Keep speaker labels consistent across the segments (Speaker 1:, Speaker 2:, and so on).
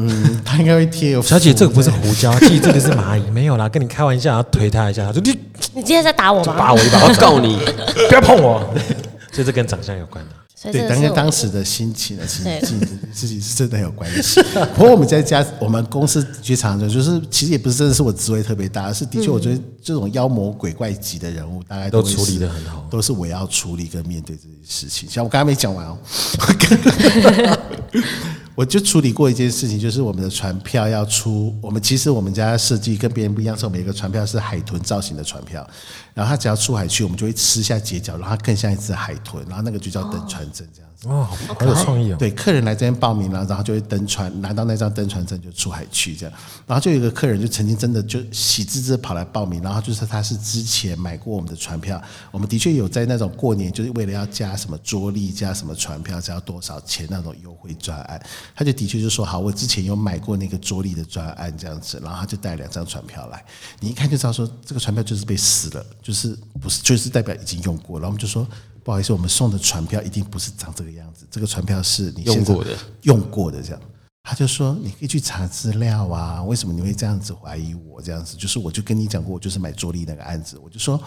Speaker 1: 嗯应该会贴有符。
Speaker 2: 小姐，这个不是胡椒剂，这个是蚂蚁，没有啦，跟你开玩笑，然后推她一下，她说 你
Speaker 3: 你今天在打我吗？
Speaker 2: 打我一把，
Speaker 4: 我 告你，
Speaker 2: 不要碰我，所以这跟长相有关的。
Speaker 3: 所以
Speaker 1: 对，
Speaker 3: 这个
Speaker 1: 但
Speaker 3: 是
Speaker 1: 跟
Speaker 3: 我
Speaker 1: 当时的心情的情
Speaker 3: 对
Speaker 1: 境自己是真的很有关 系。不过我们在家，我们公司剧场的，就是其实也不是真的是我职位特别大，而是的确我觉得这种妖魔鬼怪级的人物，大概会
Speaker 2: 都处理
Speaker 1: 是
Speaker 2: 得很好
Speaker 1: 都是我要处理跟面对这些事情。像我刚刚没讲完哦， 我就处理过一件事情，就是我们的船票要出，我们其实我们家设计跟别人不一样，是我们有一个船票是海豚造型的船票，然后它只要出海去，我们就会吃下截角，让它更像一只海豚，然后那个就叫登船证这样子。
Speaker 2: 哦，好好有创意哦。
Speaker 1: 对，客人来这边报名了，然后就会登船，拿到那张登船证就出海去这样。然后就有一个客人就曾经真的就喜滋滋地跑来报名，然后就是他是之前买过我们的船票，我们的确有在那种过年就是为了要加什么桌历、加什么船票、加多少钱那种优惠专案，他就的确就说好，我之前有买过那个桌历的专案这样子，然后他就带两张船票来，你一看就知道说这个船票就是被撕了，就是不是就是代表已经用过了，然后我们就说。不好意思，我们送的船票一定不是长这个样子，这个船票是你现
Speaker 4: 用
Speaker 1: 在
Speaker 4: 过的，
Speaker 1: 用过的这样。他就说你可以去查资料啊，为什么你会这样子怀疑我这样子？就是我就跟你讲过，我就是买桌立那个案子，我就说。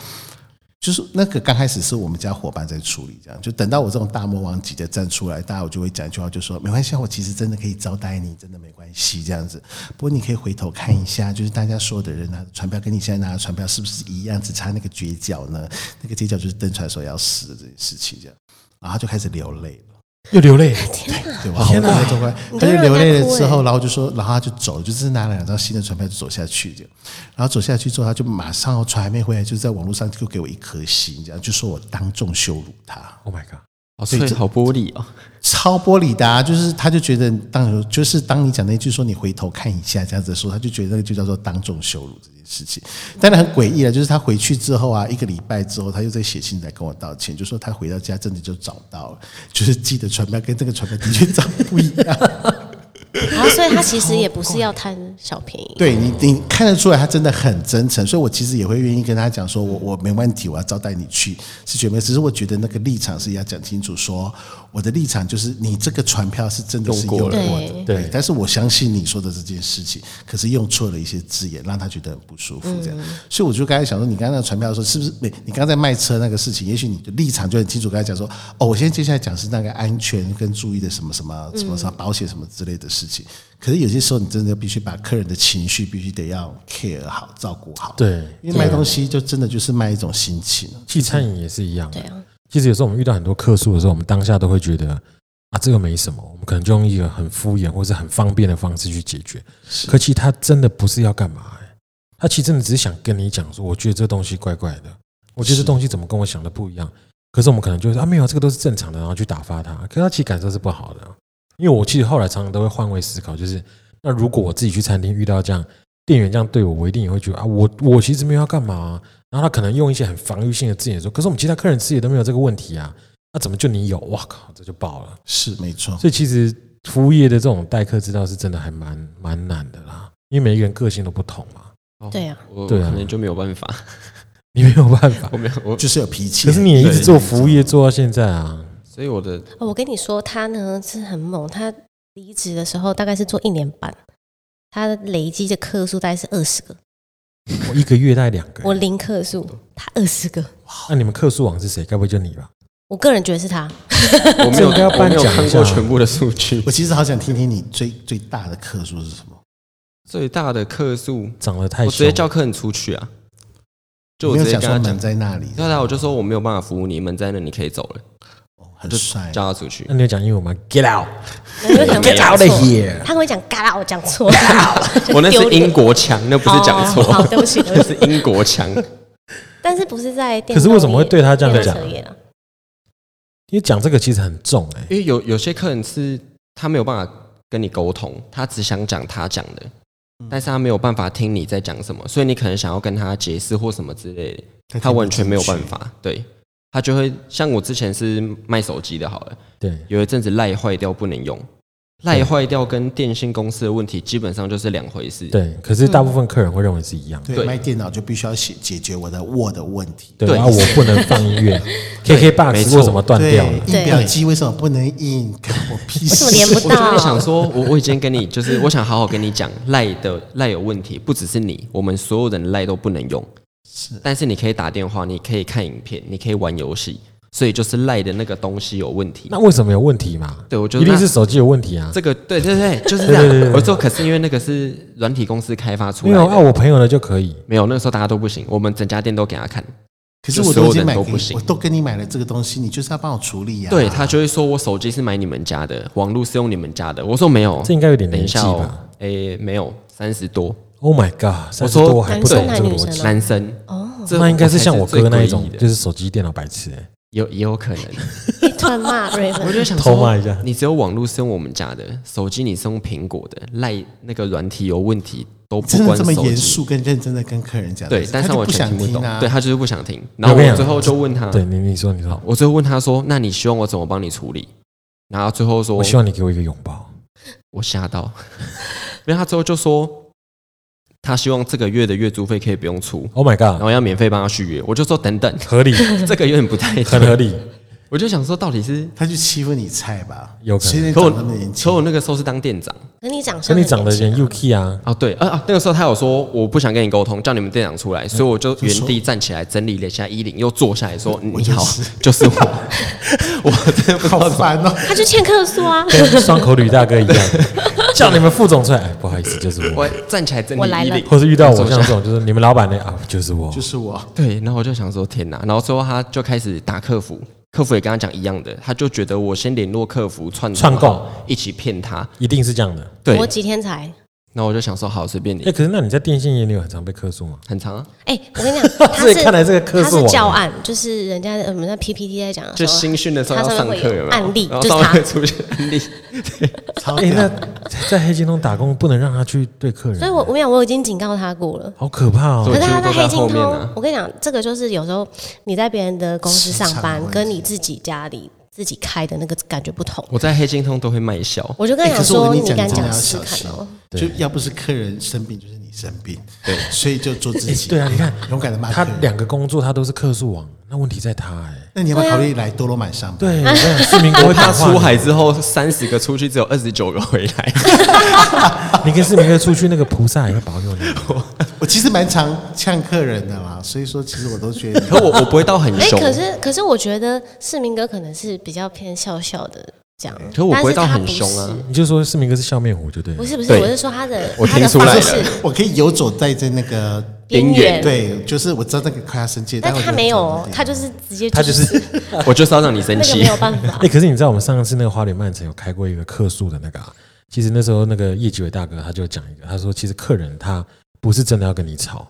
Speaker 1: 就是那个刚开始是我们家伙伴在处理，这样就等到我这种大魔王级的站出来，大家我就会讲一句话，就说没关系啊，我其实真的可以招待你，真的没关系这样子。不过你可以回头看一下，就是大家说的人拿的船票跟你现在拿的船票是不是一样，只差那个绝角呢？那个绝角就是登船时候要死的这件事情，这样，然后他就开始流泪了。
Speaker 2: 又流泪，
Speaker 1: 对，我好
Speaker 2: 天哪
Speaker 1: 快走过来，
Speaker 3: 你
Speaker 1: 他
Speaker 3: 都
Speaker 1: 就
Speaker 3: 让
Speaker 1: 流
Speaker 3: 人家
Speaker 1: 泪了
Speaker 3: 哭
Speaker 1: 之
Speaker 3: 欸
Speaker 1: 后，然后就说，然后他就走了，就是拿了两张新的船票就走下去这样，然后走下去之后，他就马上哦船还没回来，就在网络上就给我一颗星，这样就说我当众羞辱他，
Speaker 2: ，Oh my god！
Speaker 4: 哦，所以好玻璃哦，
Speaker 1: 超玻璃的、啊，就是他就觉得当就是当你讲那句说你回头看一下这样子的时候，他就觉得那个就叫做当众羞辱这件事情，当然很诡异了，就是他回去之后啊，一个礼拜之后，他又在写信来跟我道歉，就说他回到家真的就找到了，就是寄的船票跟这个船票的确长得不一样。
Speaker 3: 然后啊所以他其实也不是要贪小便宜，
Speaker 1: 对你，你看得出来他真的很真诚，所以我其实也会愿意跟他讲说，我我没问题，我要招待你去是绝没有，只是我觉得那个立场是要讲清楚说我的立场就是你这个船票是真的是用过
Speaker 3: 用过
Speaker 1: 的
Speaker 3: 了，对
Speaker 2: 对
Speaker 1: 但是我相信你说的这件事情，可是用错了一些字眼，让他觉得很不舒服这样，所以我就刚才想说，你刚才那个船票的时候是不是你你刚才卖车那个事情，也许你的立场就很清楚，跟他讲说，哦，我现在接下来讲是那个安全跟注意的什么什么什么什么保险什么之类的事情。可是有些时候，你真的必须把客人的情绪必须得要 care 好，照顾好。，
Speaker 2: 对，
Speaker 1: 因为卖东西就真的就是卖一种心情。
Speaker 2: 去餐饮也是一样。
Speaker 3: 对啊，
Speaker 2: 其实有时候我们遇到很多客诉的时候，我们当下都会觉得啊，这个没什么，我们可能就用一个很敷衍或者很方便的方式去解决。可其实他真的不是要干嘛、欸，他其实真的只是想跟你讲说，我觉得这东西怪怪的，我觉得这
Speaker 1: 是
Speaker 2: 东西怎么跟我想的不一样。可是我们可能就是啊，没有，这个都是正常的，然后去打发他。可是他其实感受是不好的啊、因为我其实后来常常都会换位思考，就是那如果我自己去餐厅遇到这样店员这样对我，我一定也会觉得啊，我我其实没有要干嘛啊、然后他可能用一些很防御性的字眼说，可是我们其他客人吃也都没有这个问题啊，那怎么就你有？哇靠，这就爆了。
Speaker 1: 是没错，
Speaker 2: 所以其实服务业的这种待客之道是真的还蛮蛮难的啦，因为每一个人个性都不同嘛，
Speaker 3: 对啊，
Speaker 4: 哦我我
Speaker 2: 对啊
Speaker 4: 可能就没有办法，
Speaker 2: 你没有办法
Speaker 4: 我。没有我，
Speaker 1: 就是有脾气。
Speaker 2: 可是你也一直
Speaker 4: 对
Speaker 2: 做服务业做到现在啊，
Speaker 4: 所以 我的
Speaker 3: 哦我跟你说，他呢是很猛，他离职的时候大概是做一年半，他累积的客数大概是二十个，
Speaker 2: 我一个月带两个
Speaker 3: 我
Speaker 2: 人。
Speaker 3: 零客数，他二十个，
Speaker 2: 那你们客诉网是谁？该不会就你吧？
Speaker 3: 我个人觉得是他，
Speaker 4: 我没有
Speaker 2: 这个要
Speaker 4: 我没有
Speaker 2: 颁奖一
Speaker 4: 看
Speaker 2: 下
Speaker 4: 过全部的数据
Speaker 1: 我，其实好想听听你最最大的客数是什么？
Speaker 4: 最大的客数，
Speaker 2: 长得太
Speaker 4: 我直
Speaker 2: 凶
Speaker 4: 接，叫客人出去啊，就我
Speaker 1: 没
Speaker 4: 直
Speaker 1: 有讲
Speaker 4: 接跟
Speaker 1: 说
Speaker 4: 他
Speaker 1: 门
Speaker 4: 讲，
Speaker 1: 在那里，
Speaker 4: 对啊，我就说我没有办法服务你，门在那，你可以走了，
Speaker 1: 哦很帅。
Speaker 4: 叫他出去，
Speaker 2: 那。你有讲英文吗？Get out！
Speaker 3: 我就讲
Speaker 2: Get
Speaker 3: 讲
Speaker 2: out of
Speaker 3: 错
Speaker 2: here
Speaker 3: 他跟我讲嘎啦，我讲 错
Speaker 2: 哦
Speaker 3: 了
Speaker 4: 我那
Speaker 3: 就是丢脸
Speaker 4: 英国腔，那不是讲错
Speaker 3: 哦， 好，对不起，对
Speaker 4: 那
Speaker 3: 不起
Speaker 4: 是英国腔。
Speaker 3: 但是不是在电动业？
Speaker 2: 可是为什么会对他这样
Speaker 3: 电
Speaker 2: 讲
Speaker 3: 动车业啊
Speaker 2: 因为讲这个其实很重哎、
Speaker 4: 因为有有些客人是他没有办法跟你沟通，他只想讲他讲的，但是他没有办法听你在讲什么，所以你可能想要跟他解释或什么之类的，他完全没有办法。对，他就会像我之前是卖手机的，好了，
Speaker 2: 对
Speaker 4: 有一阵子赖坏掉不能用，赖坏掉跟电信公司的问题基本上就是两回事。
Speaker 2: 对，可是大部分客人会认为是一样的。
Speaker 1: 对，
Speaker 4: 对
Speaker 1: 卖电脑就必须要解解决我的 Word 的问题。
Speaker 2: 对，
Speaker 4: 对
Speaker 2: 然后我不能放 音乐
Speaker 4: 对没
Speaker 2: ，KKBox
Speaker 4: 错
Speaker 2: 为什么断
Speaker 1: 对
Speaker 2: 掉了？
Speaker 1: 印表机为什么不能印？干我屁事！
Speaker 3: 为什么连不
Speaker 4: 我就
Speaker 3: 到
Speaker 4: 会想说，我我已经跟你就是，我想好好跟你讲，赖的赖有问题，不只是你，我们所有人赖都不能用。是，但是你可以打电话，你可以看影片，你可以玩游戏，所以就是赖的那个东西有问题
Speaker 2: 那。为什么有问题嘛？
Speaker 4: 对我觉得
Speaker 2: 一定
Speaker 4: 那
Speaker 2: 是手机有问题啊。
Speaker 4: 这个对对 对，就是这样。我说，可是因为那个是软体公司开发出
Speaker 2: 没
Speaker 4: 来
Speaker 2: 有啊，
Speaker 4: 的，
Speaker 2: 我朋友的就可以。
Speaker 4: 没有那个时候大家都不行，我们整家店都给他看，
Speaker 1: 可是
Speaker 4: 就
Speaker 1: 我
Speaker 4: 所
Speaker 1: 都
Speaker 4: 有
Speaker 1: 已经
Speaker 4: 人
Speaker 1: 买
Speaker 4: 都
Speaker 1: 给
Speaker 4: 不
Speaker 1: 你，
Speaker 4: 行
Speaker 1: 我都跟你买了这个东西，你就是要帮我处理呀、
Speaker 4: 对他就会说我手机是买你们家的，网络是用你们家的。我说没有，
Speaker 2: 这应该有点
Speaker 4: 等
Speaker 2: 年
Speaker 4: 一
Speaker 2: 纪
Speaker 4: 下哦
Speaker 2: 吧，
Speaker 4: 诶，没有三十多
Speaker 2: Oh my god！三
Speaker 4: 我
Speaker 2: 十
Speaker 4: 说
Speaker 2: 多我还不懂这
Speaker 3: 男生
Speaker 2: 个
Speaker 3: 还女
Speaker 2: 逻
Speaker 3: 生
Speaker 2: 辑
Speaker 3: 呢，
Speaker 4: 男生，
Speaker 3: 哦，
Speaker 4: 这
Speaker 2: 那应该是像我
Speaker 4: 才最
Speaker 2: 哥那一
Speaker 4: 诡
Speaker 2: 种
Speaker 4: 异，的
Speaker 2: 就是手机、电脑白痴欸。
Speaker 4: 有也有可能。
Speaker 3: 一团骂 Raven，
Speaker 4: 我就想
Speaker 2: 偷骂
Speaker 4: 说
Speaker 2: 一下，
Speaker 4: 你只有网络是用我们家的，手机你是用苹果的，赖那个软体有问题都不
Speaker 1: 真的
Speaker 4: 关
Speaker 1: 这么
Speaker 4: 手
Speaker 1: 严
Speaker 4: 机。
Speaker 1: 肃跟认真的跟客人讲这
Speaker 4: 对
Speaker 1: 个，，
Speaker 4: 但
Speaker 1: 他
Speaker 4: 是
Speaker 1: 就
Speaker 4: 我
Speaker 1: 不
Speaker 4: 全
Speaker 1: 想
Speaker 4: 听不
Speaker 1: 听
Speaker 4: 懂，
Speaker 1: 啊。
Speaker 4: 对他就是不想听。然后
Speaker 2: 我跟你
Speaker 4: 我
Speaker 2: 讲
Speaker 4: 最后就问他，
Speaker 2: 对你，你说，你说，
Speaker 4: 我最后问他说：“那你希望我怎么帮你处理？”然后最后说：“
Speaker 2: 我希望你给我一个拥抱。
Speaker 4: 我吓到， 因为他之后就说，他希望这个月的月租费可以不用出，
Speaker 2: Oh my
Speaker 4: 然
Speaker 2: god！
Speaker 4: 后要免费帮他续约。我就说 等等，
Speaker 2: 合理，
Speaker 4: 这个有点不太
Speaker 2: 很合。理。
Speaker 4: 我就想说到底是，
Speaker 1: 他就欺负你菜吧？
Speaker 2: 有可能
Speaker 1: 虽然
Speaker 4: 可
Speaker 1: 长
Speaker 4: 我
Speaker 1: 那么年
Speaker 4: 可
Speaker 1: 轻，
Speaker 4: 我那个时候是当店长
Speaker 3: 可你长
Speaker 2: 可
Speaker 3: 相
Speaker 2: 你长得
Speaker 3: 很
Speaker 2: 人
Speaker 3: 年轻啊
Speaker 2: UK 啊，
Speaker 4: 哦，对啊啊，那个时候他有说我不想跟你沟通，叫你们店长
Speaker 2: 哎
Speaker 4: 出来，所以我就原地站起来整理了一下衣领，又坐下来说你好， 就是 我，我真的不知
Speaker 1: 好
Speaker 4: 道怎么。
Speaker 1: 烦哦。
Speaker 3: 他就欠客诉啊。
Speaker 2: 跟双口吕大哥一样， 叫你们副总出来，哎，不好意思，就是
Speaker 4: 我
Speaker 2: 我。
Speaker 4: 站起来整
Speaker 3: 我
Speaker 4: 理
Speaker 3: 来
Speaker 4: 衣
Speaker 3: 了
Speaker 4: 领，
Speaker 2: 或是遇到我
Speaker 4: 坐下
Speaker 2: 像这种，就是你们老板呢啊，就是我
Speaker 1: 就。是我，
Speaker 4: 对，然后我就想说天哪，然后最后他就开始打客服，客服也跟他讲一样的，他就觉得我先联络客服串
Speaker 2: 串供
Speaker 4: 好一起骗他。
Speaker 2: 一定是这样的。
Speaker 4: 对，
Speaker 3: 我几天才。
Speaker 4: 然后我就想说好随便
Speaker 2: 哎、
Speaker 4: 你，
Speaker 2: 可是那你在电信业你有很常被客诉吗？
Speaker 4: 很长啊，
Speaker 3: 哎、我跟你讲，他
Speaker 2: 所以
Speaker 3: 是
Speaker 2: 看来这个科
Speaker 3: 他
Speaker 2: 是
Speaker 3: 是
Speaker 2: 我
Speaker 3: 教案，就是人家呃我们在 PPT 在讲的时
Speaker 4: 就
Speaker 3: 候，
Speaker 4: 新训的时候
Speaker 3: 他
Speaker 4: 要
Speaker 3: 上
Speaker 4: 上
Speaker 3: 面
Speaker 4: 课
Speaker 3: 会
Speaker 4: 有
Speaker 3: 有
Speaker 4: 没有？
Speaker 3: 案例，
Speaker 4: 然后
Speaker 3: 就是
Speaker 4: 哦
Speaker 3: 他
Speaker 4: 上面会。出现案例，
Speaker 1: 超
Speaker 2: 哎、
Speaker 1: 屌。
Speaker 2: 那在在黑金通打工不能让他去对客人，
Speaker 3: 所以我我跟你讲，我已经警告他过了。
Speaker 2: 好可怕
Speaker 4: 所
Speaker 2: 哦
Speaker 3: 可
Speaker 4: 以。
Speaker 3: 是
Speaker 4: 几乎
Speaker 3: 他
Speaker 4: 都在
Speaker 3: 黑金
Speaker 4: 后
Speaker 3: 通，
Speaker 4: 面啊
Speaker 3: 我跟你讲，这个就是有时候你在别人的公司上
Speaker 1: 市场
Speaker 3: 班
Speaker 1: 问，题
Speaker 3: 跟你自己家里自己开的那个感觉不同。
Speaker 4: 我在黑金通都会卖笑，
Speaker 3: 我就跟
Speaker 1: 哎
Speaker 3: 他
Speaker 1: 可
Speaker 3: 讲
Speaker 1: 是我
Speaker 3: 说，
Speaker 1: 跟你
Speaker 3: 敢
Speaker 1: 讲，真的
Speaker 3: 讲
Speaker 1: 要
Speaker 3: 试
Speaker 1: 小
Speaker 3: 看
Speaker 1: 心
Speaker 3: 哦。，
Speaker 1: 就要不是客人生病，就是你生病。
Speaker 4: 对，哎
Speaker 1: 所以就做自己。
Speaker 2: 对啊，你看
Speaker 1: 勇敢的骂
Speaker 2: 他
Speaker 1: 客人
Speaker 2: 两个工作他都是客诉网，那问题在他哎、
Speaker 1: 那你要不要考
Speaker 3: 啊
Speaker 1: 虑来多罗满上班？
Speaker 4: 啊
Speaker 2: 对，啊我跟你讲市民
Speaker 4: 因
Speaker 2: 哥
Speaker 4: 为他
Speaker 2: 打话
Speaker 4: 出海，之后三十个出去只有二十九个回来，
Speaker 2: 你跟市民哥出去，那个菩萨也会保佑你。
Speaker 1: 我其实蛮常呛客人的啦，所以说其实我都觉得
Speaker 4: 可我我不会到很
Speaker 3: 哎、
Speaker 4: 凶，
Speaker 3: 可是可是我觉得市民哥可能是比较偏笑笑的这样，
Speaker 4: 可我不会到
Speaker 3: 但是他
Speaker 4: 很凶啊
Speaker 3: 不是
Speaker 2: 你就说市民哥是笑面虎就对了
Speaker 3: 不。是不是，
Speaker 4: 对
Speaker 3: 我是说他的
Speaker 4: 我
Speaker 3: 他
Speaker 4: 听
Speaker 3: 的
Speaker 4: 出来
Speaker 3: 方
Speaker 4: 了
Speaker 3: 式
Speaker 1: 我可以游走在这那个，
Speaker 4: 边
Speaker 3: 边
Speaker 4: 缘
Speaker 3: 缘，
Speaker 1: 对，就是我知道那个快要生气，
Speaker 3: 但
Speaker 1: 我
Speaker 3: 他
Speaker 1: 就
Speaker 3: 没有
Speaker 1: 走
Speaker 3: 哦
Speaker 4: 哎
Speaker 1: 那，里
Speaker 3: 他就是直接
Speaker 2: 他就是
Speaker 4: 我就是要让你生
Speaker 3: 那个
Speaker 4: 气
Speaker 3: 没。有办 法
Speaker 2: 哎、，可是你知道我们上一次那个花莲曼城有开过一个客诉的那个、啊，其实那时候那个业绩伟大哥他就讲一个，他说其实客人他不是真的要跟你吵，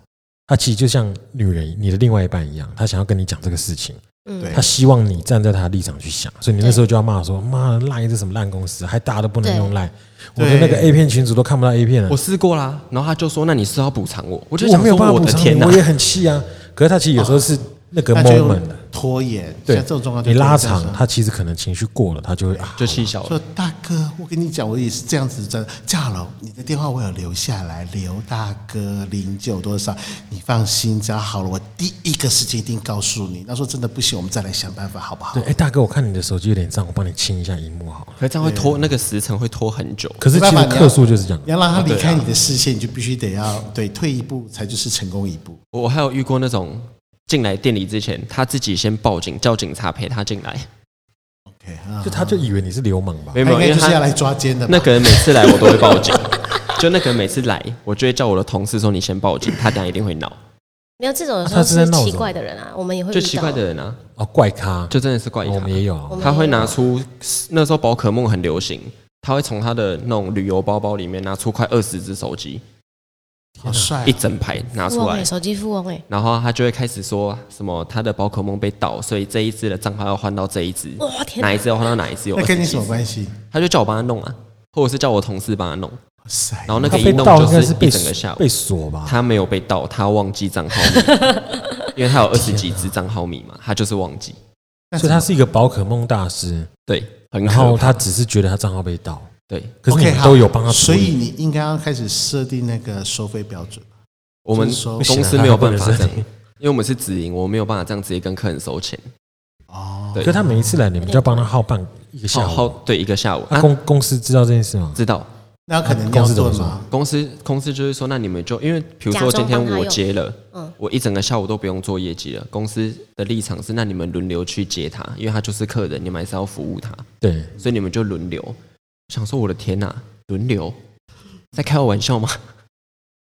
Speaker 2: 他其实就像女人你的另外一半一样，他想要跟你讲这个事情，
Speaker 3: 嗯
Speaker 1: 对
Speaker 2: 他希望你站在他的立场去想，所以你那时候就要骂说妈赖这什么烂公司，啊还大家都不能用赖，我的那个 A 片群主都看不到 A 片了
Speaker 4: 我，试过啦，然后他就说那你是要补偿我，我就
Speaker 2: 我
Speaker 4: 想
Speaker 2: 没有
Speaker 4: 说
Speaker 2: 办法
Speaker 4: 我
Speaker 2: 补
Speaker 4: 的
Speaker 2: 偿
Speaker 4: 天
Speaker 2: 你，
Speaker 4: 哪
Speaker 2: 我，也很气啊。可是他其实有时候是那个
Speaker 1: 那就
Speaker 2: moment
Speaker 1: 用拖延，
Speaker 2: 对
Speaker 1: 像这种状况就
Speaker 2: 你拉
Speaker 1: 拖延
Speaker 2: 长，他其实可能情绪过了，他就会啊
Speaker 4: 就气笑了
Speaker 1: 说。大哥，我跟你讲，我也是这样子真的。嫁了，你的电话我有留下来，刘大哥零九多少，你放心，只要好了，我第一个时间一定告诉你。那说真的不行，我们再来想办法，好不好
Speaker 2: 对，？哎，大哥，我看你的手机有点脏，我帮你清一下荧幕好了。
Speaker 4: 可是这样会拖那个时程会拖很久。
Speaker 2: 可是
Speaker 1: 没
Speaker 2: 其
Speaker 1: 办
Speaker 2: 实
Speaker 1: 法
Speaker 2: 客诉就是这样
Speaker 1: 你，要让他离开你的视线，你就必须得要对退一步，才就是成功一步。
Speaker 4: 我还有遇过那种进来店里之前，他自己先报警，叫警察陪他进来。
Speaker 1: OK 啊
Speaker 2: 就，他就以为你是流氓吧
Speaker 4: 没？有
Speaker 1: 他
Speaker 4: 没
Speaker 1: 应该
Speaker 4: 有，因为
Speaker 1: 就是要
Speaker 4: 他
Speaker 1: 来抓奸的吧
Speaker 4: 那？个人每次来我都会报警， 就那个人每次来，我就会叫我的同事说你先报警，他等下一定会闹。
Speaker 3: 没有这种有
Speaker 2: 啊
Speaker 3: 时
Speaker 2: 他
Speaker 3: 候
Speaker 2: 是在
Speaker 3: 是
Speaker 2: 闹
Speaker 3: 奇
Speaker 2: 什么
Speaker 3: 怪的人啊，我们也会
Speaker 4: 就
Speaker 3: 遇
Speaker 4: 奇
Speaker 3: 到
Speaker 4: 怪的人啊，
Speaker 2: 哦，怪咖，
Speaker 4: 就真的是怪
Speaker 2: 我
Speaker 4: 咖
Speaker 2: 们。也有
Speaker 3: 我
Speaker 2: 啊
Speaker 3: 们。
Speaker 4: 他会拿出那时候宝可梦很流行，他会从他的那种旅游包包里面拿出快二十只手机，
Speaker 1: 好
Speaker 3: 哎
Speaker 1: 帅啊
Speaker 4: 一整排拿
Speaker 3: 富
Speaker 4: 出
Speaker 3: 翁哎、
Speaker 4: 来，
Speaker 3: 手机富翁哎、
Speaker 4: 然后他就会开始说什么他的宝可梦被盗，所以这一只的账号要换到这一只，
Speaker 3: 哇天
Speaker 4: 哪
Speaker 3: 哪
Speaker 4: 一！只要换到哪一只有
Speaker 1: 那
Speaker 4: 二
Speaker 1: 跟你什
Speaker 4: 十几
Speaker 1: 么
Speaker 4: 只，
Speaker 1: 关系？
Speaker 4: 他就叫我帮他弄啊，或者是叫我同事帮他弄，
Speaker 1: 哇塞！
Speaker 4: 然后那
Speaker 2: 他
Speaker 4: 个
Speaker 2: 被
Speaker 4: 一弄
Speaker 2: 盗应
Speaker 4: 就
Speaker 2: 该
Speaker 4: 是
Speaker 2: 被
Speaker 4: 一整个下
Speaker 2: 被
Speaker 4: 午。
Speaker 2: 锁吧？
Speaker 4: 他没有被盗，他忘记账号密 码，因为他有二十几只账号密码，他就是忘记。
Speaker 1: 那
Speaker 2: 所以他是一个宝可梦大师，
Speaker 4: 对，很
Speaker 2: 然
Speaker 4: 可
Speaker 2: 后
Speaker 4: 怕。
Speaker 2: 他只是觉得他账号被盗，
Speaker 4: 对，
Speaker 2: 可是你
Speaker 1: OK，
Speaker 2: 们
Speaker 1: 好
Speaker 2: 都有帮他处
Speaker 1: 所以
Speaker 2: 理，
Speaker 1: 你应该要开始设定那个收费标准。
Speaker 4: 我们
Speaker 1: 就是说
Speaker 4: 公司没有办法这
Speaker 2: 不行啊他不能是
Speaker 4: 样
Speaker 2: 你，
Speaker 4: 因为我们是直营，我没有办法这样直接跟客人收钱。
Speaker 1: 哦，
Speaker 4: 对
Speaker 2: 可他每一次来，你们就要帮他耗半一个下
Speaker 4: 好，
Speaker 2: 午。
Speaker 4: 好对一个下午，
Speaker 2: 那
Speaker 4: 啊
Speaker 2: 公公司知道这件事吗？
Speaker 4: 知道
Speaker 1: 那可能
Speaker 2: 公
Speaker 1: 要
Speaker 2: 司怎么
Speaker 1: 做
Speaker 2: 说
Speaker 1: 吗？
Speaker 4: 公司公司就是说，那你们就因为比如
Speaker 3: 假
Speaker 4: 说
Speaker 3: 装
Speaker 4: 今天
Speaker 3: 帮他
Speaker 4: 我
Speaker 3: 用
Speaker 4: 接了，
Speaker 3: 嗯
Speaker 4: 我一整个下午都不用做业绩了。公司的立场是，那你们轮流去接他，因为他就是客人，你们还是要服务他，
Speaker 2: 对，
Speaker 4: 所以你们就轮流。想说我的天哪、轮流在开我玩笑吗？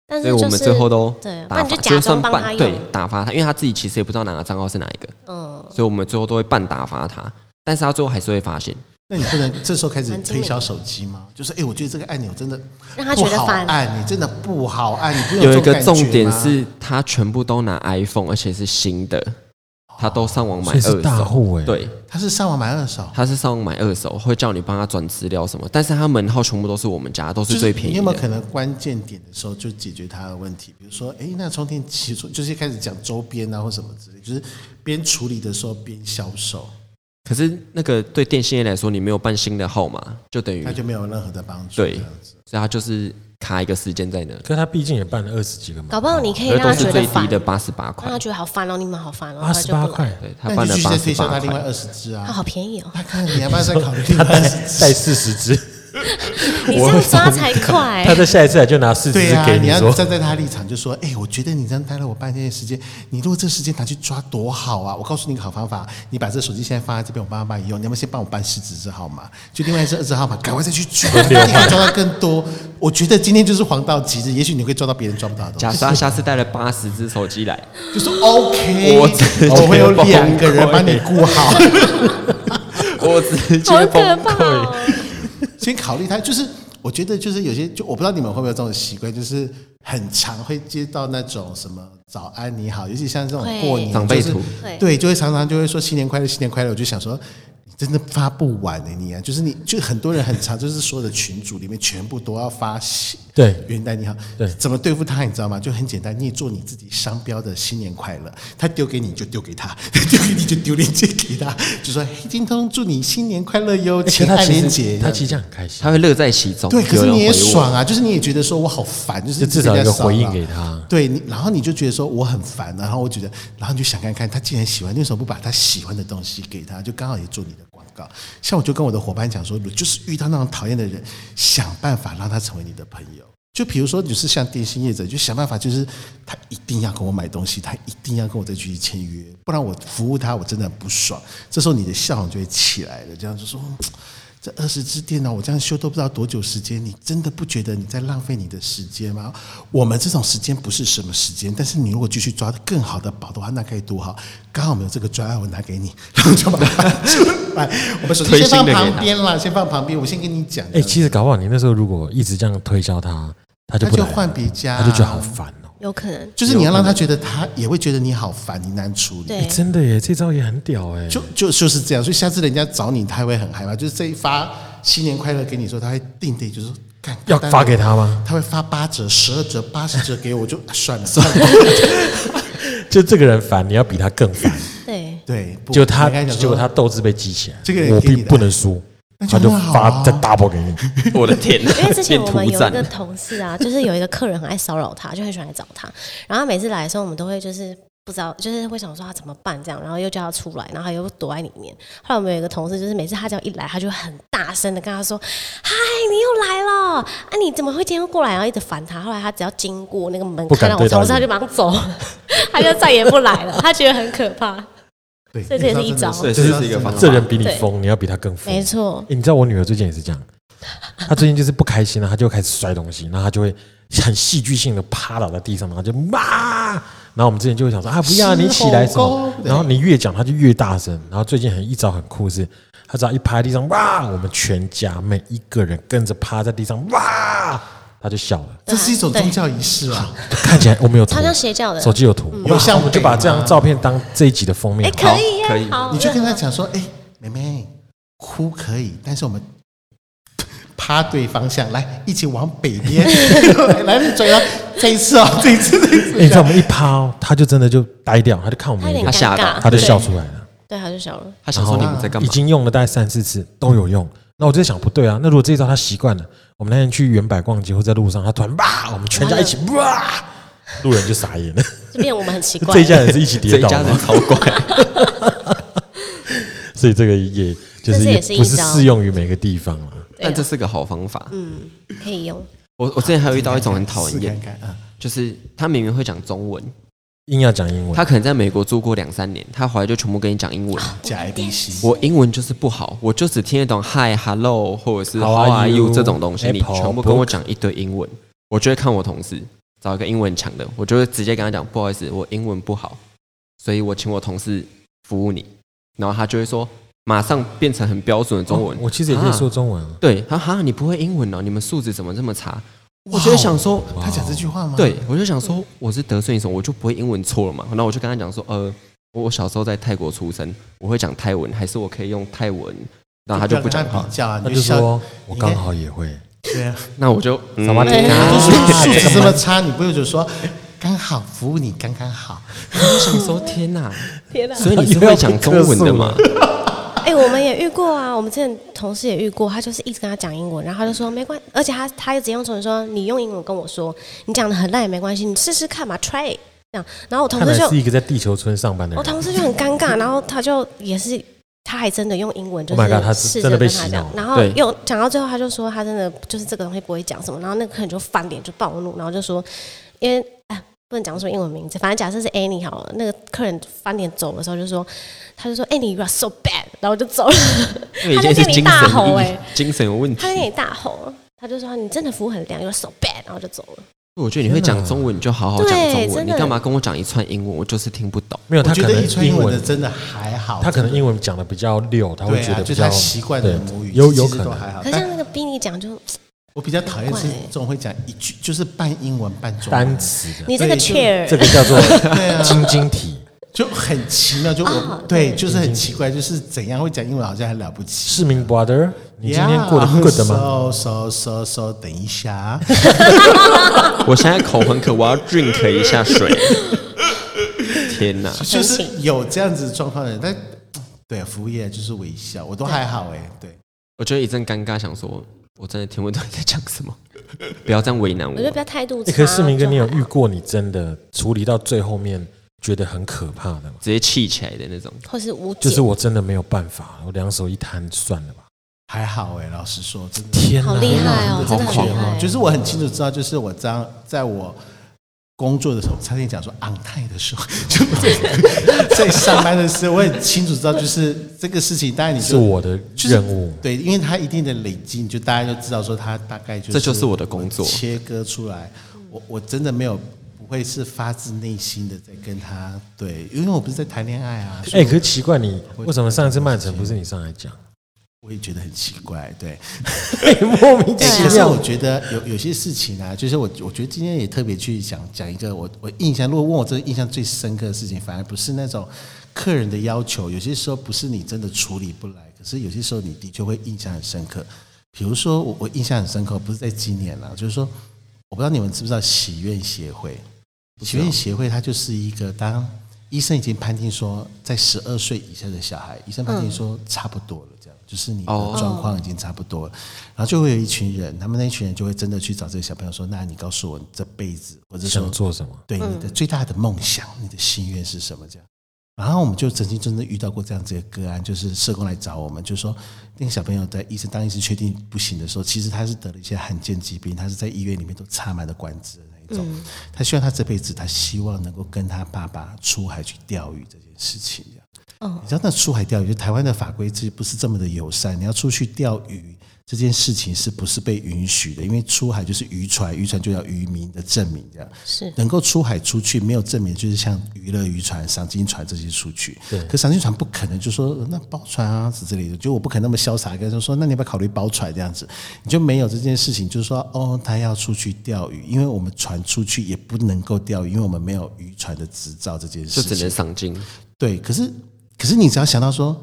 Speaker 3: 但
Speaker 4: 所
Speaker 3: 是
Speaker 4: 以
Speaker 3: 就
Speaker 4: 哎我
Speaker 3: 是
Speaker 4: 们最后都
Speaker 3: 对，啊不
Speaker 4: 打
Speaker 3: 然你
Speaker 4: 发，
Speaker 3: 就假
Speaker 4: 算
Speaker 3: 装帮他用，
Speaker 4: 半对打发他，因为他自己其实也不知道哪个账号是哪一个，
Speaker 3: 嗯，
Speaker 4: 所以我们最后都会半打发他，但是他最后还是会发现。
Speaker 1: 那你不能 这时候开始
Speaker 3: 蛮精
Speaker 1: 推
Speaker 3: 明
Speaker 1: 销手机吗？就是哎、我觉得这个按钮真的
Speaker 3: 让他
Speaker 1: 不
Speaker 3: 觉得
Speaker 1: 好
Speaker 3: 烦，
Speaker 1: 按，你真的不好按，你不能
Speaker 4: 有
Speaker 1: 这
Speaker 4: 一
Speaker 1: 种
Speaker 4: 个
Speaker 1: 感觉
Speaker 4: 重点
Speaker 1: 吗
Speaker 4: 是，他全部都拿 iPhone，而且是新的，
Speaker 1: 哦
Speaker 4: 他都上网买
Speaker 2: 所以是
Speaker 4: 二
Speaker 2: 大
Speaker 4: 手。
Speaker 1: 欸
Speaker 2: 户哎。，
Speaker 4: 对，
Speaker 1: 他是上网买二手，
Speaker 4: 他是上网买二手，会叫你帮他转资料什么，但是他门号全部都是我们家，都
Speaker 1: 就是
Speaker 4: 最便
Speaker 1: 你
Speaker 4: 宜
Speaker 1: 有没有可
Speaker 4: 的。
Speaker 1: 能关键点的时候就解决他的问题？比如说，哎，那充电器就是开始讲周边啊或什么之类，就是边处理的时候边销售，
Speaker 4: 可是那个对电信业来说，你没有办新的号码，就等于
Speaker 1: 那，就没有任何的帮助。
Speaker 4: 对
Speaker 1: 这样子
Speaker 4: 所以他就是卡一个时间在那，
Speaker 2: 可他毕竟也办了二十几个嘛，
Speaker 3: 搞不好你可以
Speaker 4: 而
Speaker 3: 让
Speaker 4: 都
Speaker 3: 他
Speaker 4: 是
Speaker 3: 觉
Speaker 4: 最
Speaker 3: 得
Speaker 4: 低
Speaker 3: 烦，
Speaker 4: 的
Speaker 3: 让
Speaker 4: 八十八块
Speaker 3: 他，觉得好烦哦，你们好烦哦，
Speaker 2: 八
Speaker 3: 他
Speaker 2: 十
Speaker 3: 就不
Speaker 2: 八，
Speaker 3: 来
Speaker 2: 块，
Speaker 4: 对他
Speaker 1: 那
Speaker 4: 办
Speaker 1: 你
Speaker 4: 了
Speaker 1: 继续
Speaker 4: 八
Speaker 1: 再
Speaker 4: 十
Speaker 1: 推销
Speaker 4: 八
Speaker 1: 他另外
Speaker 4: 块，
Speaker 1: 二十只
Speaker 3: 他
Speaker 1: 啊，
Speaker 3: 好便宜哦，
Speaker 1: 那看你要不要再考虑另
Speaker 2: 他
Speaker 1: 外
Speaker 2: 带
Speaker 1: 二十只？
Speaker 2: 带四十只，
Speaker 3: 你这样抓才快
Speaker 2: 他，在下一次来就拿四十
Speaker 1: 对
Speaker 2: 只
Speaker 1: 呀、
Speaker 2: 给
Speaker 1: 你要
Speaker 2: 说，
Speaker 1: 站在他立场就说，哎，我觉得你这样待了我半天的时间，你如果这时间拿去抓多好啊！我告诉你一个好方法，你把这手机现在放在这边，我妈妈帮你用，你要不要先帮我办十只只号码？就另外一只二十号码， 赶快再去抓，你可
Speaker 2: 啊
Speaker 1: 以抓到更多。我觉得今天就是黄道吉日，也许你会抓到别人抓不到的 东
Speaker 4: 假
Speaker 1: 西。
Speaker 4: 设他下次带了八十只手 机来，
Speaker 1: 就是 OK，
Speaker 4: 我直
Speaker 1: 我会有两个人
Speaker 4: 崩溃
Speaker 1: 把你顾好。
Speaker 4: 我直接
Speaker 3: 好
Speaker 4: 崩
Speaker 3: 可怕
Speaker 4: 溃。
Speaker 3: 哦，
Speaker 1: 先考虑他，就是我觉得就是有些，就我不知道你们会不会有这种习惯，就是很常会接到那种什么早安你好，尤其像这种
Speaker 3: 会
Speaker 1: 过年
Speaker 4: 长辈
Speaker 1: 就是
Speaker 4: 图
Speaker 3: 会
Speaker 1: 对，就会常常就会说新年快乐，新年快乐，我就想说。你真的发不完的、你啊，就是你，就很多人很常，就是所有的群组里面全部都要发喜
Speaker 2: 对
Speaker 1: 元旦你好，
Speaker 2: 对
Speaker 1: 怎么对付他你知道吗？就很简单，你也做你自己商标的新年快乐，他丢给你就丢给他， 丢给你就丢链接给他，就说黑金通祝你新年快乐哟，
Speaker 2: 其实
Speaker 1: 请
Speaker 2: 他
Speaker 1: 按链
Speaker 2: 其
Speaker 1: 接
Speaker 2: 实。他其实这样很开心
Speaker 4: 他，会乐在其中。
Speaker 1: 对，可是你也
Speaker 4: 有人回我
Speaker 1: 爽啊，就是你也觉得说我好烦，就是
Speaker 2: 就至少
Speaker 1: 一
Speaker 2: 有一个回应给。他。
Speaker 1: 对你，然后你就觉得说我很烦，啊然后我觉得，然后你就想看看他既然喜欢，你为什么不把他喜欢的东西给他？就刚好也做你的广告。像我就跟我的伙伴讲说，就是遇到那种讨厌的人，想办法让他成为你的朋友。就比如说，你是像电信业者，就想办法，就是他一定要跟我买东西，他一定要跟我再去签约，不然我服务他我真的很不爽。这时候你的笑容就会起来了，这样就说。这二十只电脑我这样修都不知道多久时间，你真的不觉得你在浪费你的时间吗？我们这种时间不是什么时间，但是你如果继续抓更好的宝的话，那该多好！刚好我们有这个专案，我拿给你，然后就把它搬出来。我们手机
Speaker 4: 推
Speaker 1: 先
Speaker 4: 新
Speaker 1: 放
Speaker 4: 的给他
Speaker 1: 旁边啦，先放旁边，我先跟你讲。
Speaker 2: 哎，其实搞不好你那时候如果一直这样推销他，他就
Speaker 1: 那
Speaker 2: 不
Speaker 1: 就
Speaker 2: 来了
Speaker 1: 换别家，
Speaker 2: 他就觉得好烦哦。
Speaker 3: 有可能
Speaker 1: 就是你要让他觉得他也会觉得你好烦，你难处理。
Speaker 3: 对
Speaker 2: 哎，真的耶，这招也很屌哎。
Speaker 1: 就就就是这样，所以下次人家找你，他会很害怕。就是这一发新年快乐给你说，他会定定就是说干
Speaker 2: 要
Speaker 1: 单
Speaker 2: 发给他吗？
Speaker 1: 他会发八折、十二折、八十折给我，我就啊算 了算了。
Speaker 2: 就这个人烦，你要比他更烦。
Speaker 3: 对，
Speaker 1: 对，不
Speaker 2: 就他，
Speaker 1: 应该讲说
Speaker 2: 结果他斗志被激起来，
Speaker 1: 这个人
Speaker 2: 我
Speaker 1: 给你
Speaker 2: 必
Speaker 1: 的
Speaker 2: 不能输，
Speaker 1: 那
Speaker 2: 他
Speaker 1: 就
Speaker 2: 就
Speaker 1: 很好
Speaker 2: 发
Speaker 1: 啊
Speaker 2: 再 double 给你。
Speaker 4: 我的天哪！
Speaker 3: 因为之前
Speaker 4: 变
Speaker 3: 我们
Speaker 4: 图
Speaker 3: 有一
Speaker 4: 赞
Speaker 3: 个同事啊， 就是有一个客人很爱骚扰他，就很喜欢来找他。然后他每次来的时候，我们都会就是不知道，就是会想说啊他怎么办这样，然后又叫他出来，然后他又躲在里面。后来我们有一个同事，就是每次他只要一来，他就很大声的跟他说：“嗨，你又来了！啊，你怎么会今天过来？”然后一直烦他。后来他只要经过那个门
Speaker 2: 不
Speaker 3: 看
Speaker 2: 敢
Speaker 3: 到
Speaker 2: 对
Speaker 3: 我
Speaker 2: 到
Speaker 3: 同事，他
Speaker 2: 你
Speaker 3: 就马上走了，他就再也不来了。他觉得很可怕。
Speaker 1: 对，
Speaker 3: 所以这也是一招
Speaker 1: 这
Speaker 4: 这是一个方法
Speaker 2: 这人比你
Speaker 3: 嗯对
Speaker 2: 疯，你要比他更疯。
Speaker 3: 没错，
Speaker 2: 欸你知道我女儿最近也是这 样，她最近就是不开心了，她就开始摔东西，然后她就会很戏剧性的趴倒在地上，然后就骂。然后我们之前就会想说啊，不要啊
Speaker 1: 狮
Speaker 2: 你起来什
Speaker 1: 吼
Speaker 2: 么
Speaker 1: 功，对
Speaker 2: 然后你越讲她就越大声。然后最近很一招很酷是，她只要一趴在地上哇，我们全家每一个人跟着趴在地上哇，她就 笑了。
Speaker 1: 这是一种宗教仪式啊。
Speaker 2: 看起来我们有图
Speaker 3: 超，像邪教的。嗯
Speaker 2: 手机有图，
Speaker 1: 有像
Speaker 2: 我们就把这张照片当这一集的封
Speaker 3: 哎，
Speaker 2: 面。
Speaker 3: 可以呀
Speaker 4: 可以，
Speaker 3: 好，
Speaker 1: 你就跟他讲说，哎，妹妹，哭可以，但是我们趴对方向，来，一起往北 边，来，你转腰，这一次哦，这一次，这一
Speaker 2: 哎，你
Speaker 1: 次
Speaker 2: 知道我们一趴哦，她就真的就呆掉，她就看我
Speaker 3: 啊他
Speaker 2: 们
Speaker 3: 有
Speaker 2: 一
Speaker 3: 点
Speaker 2: 眼
Speaker 3: 尴
Speaker 4: 他，吓到
Speaker 3: 尬，
Speaker 2: 她就
Speaker 3: 对
Speaker 2: 笑出来了。
Speaker 3: 对，他就笑了。
Speaker 2: 哦
Speaker 4: 他想说你们在干
Speaker 2: 已
Speaker 4: 嘛？
Speaker 2: 经用了大概三四次都有用，那我就在想，不对啊，那如果这一招他习惯了，我们那天去原百逛街或在路上，他突然哇，我们全家一起哇，路人就傻眼了，
Speaker 3: 就变我们很奇 怪。
Speaker 2: 这 一家人是一起跌
Speaker 4: 这一
Speaker 2: 倒
Speaker 4: 家人
Speaker 2: 吗？
Speaker 4: 超怪，
Speaker 2: 所以这个也就
Speaker 3: 这
Speaker 2: 是
Speaker 3: 是
Speaker 2: 也
Speaker 3: 也是一
Speaker 2: 不是
Speaker 3: 招
Speaker 2: 适用于每个地方啊。
Speaker 3: 对啊
Speaker 4: 但这是个好方法。
Speaker 3: 嗯，可以用。
Speaker 4: 我我之前还有遇到一种很讨
Speaker 1: 试
Speaker 4: 厌
Speaker 1: 看，看啊，
Speaker 4: 就是他明明会讲中文，
Speaker 2: 硬要讲英文，
Speaker 4: 他可能在美国住过两三年，他回来就全部跟你讲英文。
Speaker 1: 假 ABC，
Speaker 4: 我英文就是不好，我就只听得懂 Hi、Hello 或者是
Speaker 2: How
Speaker 4: How
Speaker 2: are
Speaker 4: are
Speaker 2: you？
Speaker 4: you 这种东西，你
Speaker 2: Apple，
Speaker 4: 全部跟我讲一堆英文，我就会看我同事找一个英文强的，我就会直接跟他讲，不好意思，我英文不好，所以我请我同事服务你，然后他就会说，马上变成很标准的中文。
Speaker 2: 哦我其实也可以说
Speaker 4: 啊，
Speaker 2: 中文啊。
Speaker 4: 对，他哈，你不会英文哦，你们素质怎么这么差？我就会想说，
Speaker 1: 他讲这句话吗？
Speaker 4: 对，，我就想说我是得罪你什么，我就不会英文错了嘛。然后我就跟他讲说，呃，我小时候在泰国出生，我会讲泰文，还是我可以用泰文？然后他就不
Speaker 1: 要
Speaker 4: 讲
Speaker 1: 跟他
Speaker 4: 话
Speaker 1: 比，较啊，
Speaker 2: 他
Speaker 1: 你
Speaker 2: 就
Speaker 1: 笑
Speaker 2: 说，我
Speaker 1: 你看
Speaker 2: 刚好也会，
Speaker 1: 对 啊，
Speaker 4: 那我就嗯
Speaker 2: 萨瓦迪
Speaker 3: 哎
Speaker 2: 卡
Speaker 1: 他
Speaker 2: 啊
Speaker 1: 就说
Speaker 2: 这
Speaker 1: 素
Speaker 2: 个
Speaker 1: 质这么差，你不如就说刚好服务你刚刚好，
Speaker 3: 哎
Speaker 4: 我想说天哪，
Speaker 3: 天哪！
Speaker 4: 所以你是会讲中文的吗？
Speaker 3: 哎、我们也遇过啊，我们之前同事也遇过，他就是一直跟他讲英文，然后他就说没关，而且他他一直用中文说，你用英文跟我说，你讲的很烂也没关系，你试试看嘛，try it 这样。然后我同
Speaker 2: 看来，
Speaker 3: 事就是
Speaker 2: 一个在地球村上班的
Speaker 3: 我
Speaker 2: 人。
Speaker 3: 同事就很尴尬，然后他就也是，他还真的用英文就
Speaker 2: Oh my god，他
Speaker 3: 是
Speaker 2: 是
Speaker 3: 试
Speaker 2: 真的
Speaker 3: 着
Speaker 2: 被
Speaker 3: 跟
Speaker 2: 洗
Speaker 3: 他
Speaker 2: 脑
Speaker 3: 讲，然后
Speaker 4: 对
Speaker 3: 又讲到最后，他就说他真的就是这个东西不会讲什么，然后那个客人就翻脸就暴怒，然后就说因为哎不能讲出英文名字，反正假设是 Annie 好了，那个客人翻脸走的时候就说，他就说 Annie you are so bad，然后就走了。
Speaker 4: 因为已经是
Speaker 3: 他就
Speaker 4: 精
Speaker 3: 跟你大
Speaker 4: 神
Speaker 3: 吼
Speaker 4: 有
Speaker 3: 欸
Speaker 4: 精神有问题
Speaker 3: 他。就给你大吼，他就说你真的服务很亮，有 so bad，然后就走了。
Speaker 4: 我觉得你会讲中文，你就好好讲
Speaker 3: 对
Speaker 4: 中文，
Speaker 3: 真
Speaker 4: 你
Speaker 3: 的
Speaker 4: 干嘛跟我讲一串英文？我就是听不懂。
Speaker 2: 没有，
Speaker 1: 我
Speaker 2: 他
Speaker 1: 觉
Speaker 2: 可
Speaker 1: 得
Speaker 2: 能
Speaker 1: 一串英
Speaker 2: 英
Speaker 1: 文的
Speaker 2: 文，
Speaker 1: 真的还好，
Speaker 2: 他可能英文讲的比较溜，他会
Speaker 1: 对
Speaker 2: 觉
Speaker 1: 啊，
Speaker 2: 得
Speaker 1: 就
Speaker 2: 比
Speaker 1: 是他
Speaker 2: 较
Speaker 1: 习惯的
Speaker 2: 对
Speaker 1: 母语，
Speaker 2: 有
Speaker 1: 其实
Speaker 2: 有可
Speaker 1: 都
Speaker 2: 能
Speaker 1: 还好
Speaker 3: 可。是
Speaker 1: 但
Speaker 3: 像那个 Billy 讲就，
Speaker 1: 我比较讨厌是这种会讲一句，就是半英文半中文
Speaker 2: 单，词的，
Speaker 3: 你这个
Speaker 1: 对就
Speaker 3: chair，
Speaker 2: 这个叫做
Speaker 1: 对啊，
Speaker 2: 晶晶体，
Speaker 1: 就很奇妙，就我
Speaker 3: 啊
Speaker 1: 对，就是很奇怪，就是怎样会讲英文好像很了不起。
Speaker 2: 市民 brother，你今天过得
Speaker 1: Yeah,
Speaker 2: good 吗？
Speaker 1: ？So so so so，等一下，啊
Speaker 4: 我现在口很渴，我要 drink 一 下水。天哪！
Speaker 1: 就是有这样子状况的人，但嗯对服务业就是微笑，我都还好哎、对，
Speaker 4: 我觉得一阵尴尬，想说我真的听不懂你在讲什么， 不要这样为难
Speaker 3: 我
Speaker 4: 我
Speaker 3: 觉。得不要态度差。
Speaker 2: 欸可是市民哥，你有
Speaker 3: 啊就好
Speaker 2: 遇过你真的处理到最后面觉得很可怕的吗？
Speaker 4: 直接气起来的那种。
Speaker 3: 或是无解，
Speaker 2: 就是我真的没有办法，我两手一摊算了吧。
Speaker 1: 还好哎、老实说，真的
Speaker 2: 天
Speaker 3: 好
Speaker 2: 哪，
Speaker 3: 厉害哦，
Speaker 4: 好
Speaker 3: 真的
Speaker 4: 狂
Speaker 3: 很厉
Speaker 4: 哦
Speaker 3: 害。
Speaker 1: 就是我很清楚知道，就是我这样在我工作的时候，差点讲说昂泰的时候， 就在上班的时候，我很清楚知道，就是这个事情，当然你
Speaker 2: 是
Speaker 1: 就
Speaker 2: 我的
Speaker 1: 就是
Speaker 2: 任务。
Speaker 1: 对，因为它一定的累积，你就大家就知道说它大概就是
Speaker 4: 这就是我的工作
Speaker 1: 切割出来，我我真的没有不会是发自内心的在跟他对，因为我不是在谈恋爱啊，所
Speaker 2: 哎、
Speaker 1: 以
Speaker 2: 可是奇怪你，为什么上一次曼城不是你上来讲？
Speaker 1: 我也觉得很奇怪，对。
Speaker 2: 哎莫 名
Speaker 1: 哎、
Speaker 2: 其
Speaker 1: 可是
Speaker 2: 妙
Speaker 1: 我。觉得有有些事情啊，就是我我觉得今天也特别去讲讲一个我我印象，如果问我这个印象最深刻的事情，反而不是那种客人的要求，有些时候不是你真的处理不来，可是有些时候你的确会印象很深刻。比如说我我印象很深刻，不是在今年啦，就是说我不知道你们知不知道喜愿协会，喜愿协会它就是一个当医生已经判定说在十二岁以下的小孩，医生判定说差不多了，这样就是你的
Speaker 4: 哦
Speaker 1: 状况已经差不多了，然后就会有一群人，他们那一群人就会真的去找这个小朋友说：“那你告诉我你这辈子，或者说
Speaker 2: 想做什么？嗯
Speaker 1: 对你的最大的梦想，你的心愿是什么？”这样。然后我们就曾经真的遇到过这样子的个案，就是社工来找我们，就说那个小朋友在医生当医生确定不行的时候，其实他是得了一些罕见疾病，他是在医院里面都插满了管子的那一种。
Speaker 2: 嗯
Speaker 1: 他希望他这辈子，他希望能够跟他爸爸出海去钓鱼这件事情。这样你知道那出海钓鱼，就台湾的法规其实不是这么的友善。你要出去钓鱼这件事情是不是被允许的？因为出海就是渔船，渔船就要渔民的证明，这样
Speaker 3: 是
Speaker 1: 能够出海出去没有证明，就是像娱乐渔船、赏金船这些出去。
Speaker 2: 对
Speaker 1: 可赏金船不可能就说呃那包船啊之之类的，就我不可能那么潇洒，跟他说那你要不要考虑包船这样子？你就没有这件事情，就是说哦，他要出去钓鱼，因为我们船出去也不能够钓鱼，因为我们没有渔船的执照这件事
Speaker 4: 就
Speaker 1: 情，
Speaker 4: 只能赏金。
Speaker 1: 对，可是可是你只要想到说，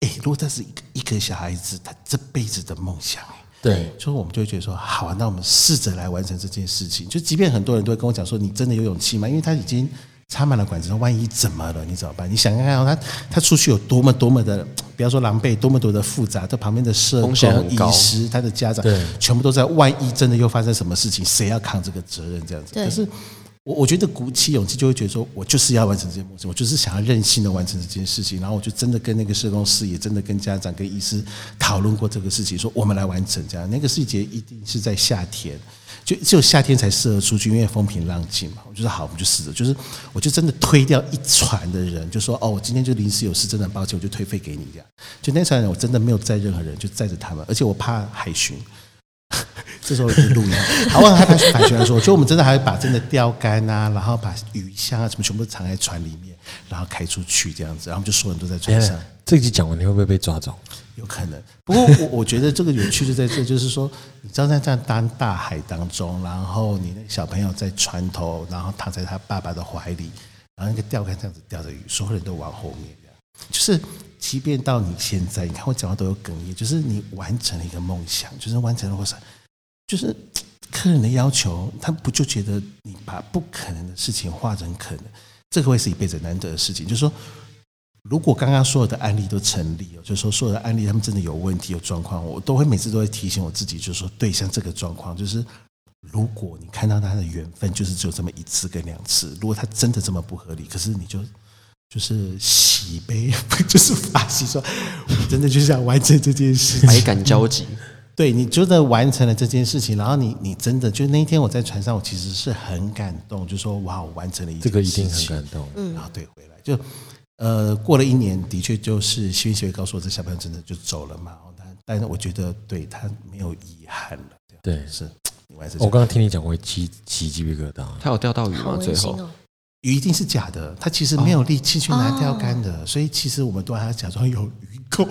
Speaker 1: 哎、如果这是一个一个小孩子他这辈子的梦想、诶
Speaker 2: 对，
Speaker 1: 所以我们就会觉得说，好、啊，那我们试着来完成这件事情。就即便很多人都会跟我讲说，你真的有勇气吗？因为他已经插满了管子，那万一怎么了，你怎么办？你想看看、哦、他他出去有多么多么的，不要说狼狈，多么多的复杂，这旁边的社工、
Speaker 4: 风险很
Speaker 1: 医
Speaker 4: 高
Speaker 1: 师、他的家长
Speaker 2: 对，
Speaker 1: 全部都在万一真的又发生什么事情，谁要扛这个责任？这样子，
Speaker 3: 对
Speaker 1: 可是。我我觉得鼓起勇气，就会觉得说，我就是要完成这件梦想，我就是想要任性的完成这件事情。然后我就真的跟那个社工师，也真的跟家长、跟医师讨论过这个事情，说我们来完成这样。那个细节一定是在夏天，就只有夏天才适合出去，因为风平浪静嘛。我就说好，我们就试着，就是我就真的推掉一船的人，就说哦，我今天就临时有事，真的很抱歉，我就退费给你这样。就那船人，我真的没有载任何人，就载着他们，而且我怕海巡。 这时候我就录音，好，我很害怕去反旋说，就我们真的还会把真的钓竿啊，然后把鱼箱啊什么全部藏在船里面，然后开出去这样子，然后我们就所有人都在船
Speaker 2: 天
Speaker 1: 上
Speaker 2: 啊，，这集讲完你会不会被抓走？
Speaker 1: 有可能。不过我我觉得这个有趣就在这，就是说，你知道在这样当大海当中，然后你那个小朋友在船头，然后躺在他爸爸的怀里，然后那个钓竿这样子钓着鱼，所有人都往后面这样，就是。即便到你现在，你看我讲话都有哽咽，就是你完成了一个梦想，就是完成了我想，就是客人的要求，他不就觉得你把不可能的事情化成可能，这个会是一辈子难得的事情。就是说，如果刚刚所有的案例都成立，哦就是说所有的案例他们真的有问题、有状况，我都会每次都会提醒我自己，就是说，对，像这个状况，就是如果你看到他的缘分就是只有这么一次跟两次，如果他真的这么不合理，可是你就。就是喜悲， 就是发喜说，我真的就想完成这件事情，
Speaker 4: 百感交集。
Speaker 1: 对你真的完成了这件事情，然后你你真的就那一天我在船上，我其实是很感动，就说哇，我完成了一
Speaker 2: 这个一
Speaker 1: 件事
Speaker 2: 定很
Speaker 1: 情
Speaker 2: 感动。
Speaker 1: 然后对回来就呃过了一年，的确就是新学会告诉我，这小朋友真的就走了嘛，哦但但是我觉得对他没有遗憾了，这样
Speaker 2: 对，
Speaker 1: 是你完成这
Speaker 2: 我
Speaker 1: 个。
Speaker 2: 刚刚听你讲，我会起起鸡皮疙瘩。
Speaker 4: 他有钓到鱼
Speaker 3: 好
Speaker 4: 吗？
Speaker 3: 温
Speaker 4: 最
Speaker 3: 馨
Speaker 4: 后
Speaker 3: 哦。
Speaker 1: 鱼一定是假的，他其实没有力气去拿钓竿的，所以其实我们都还要假装有鱼钩，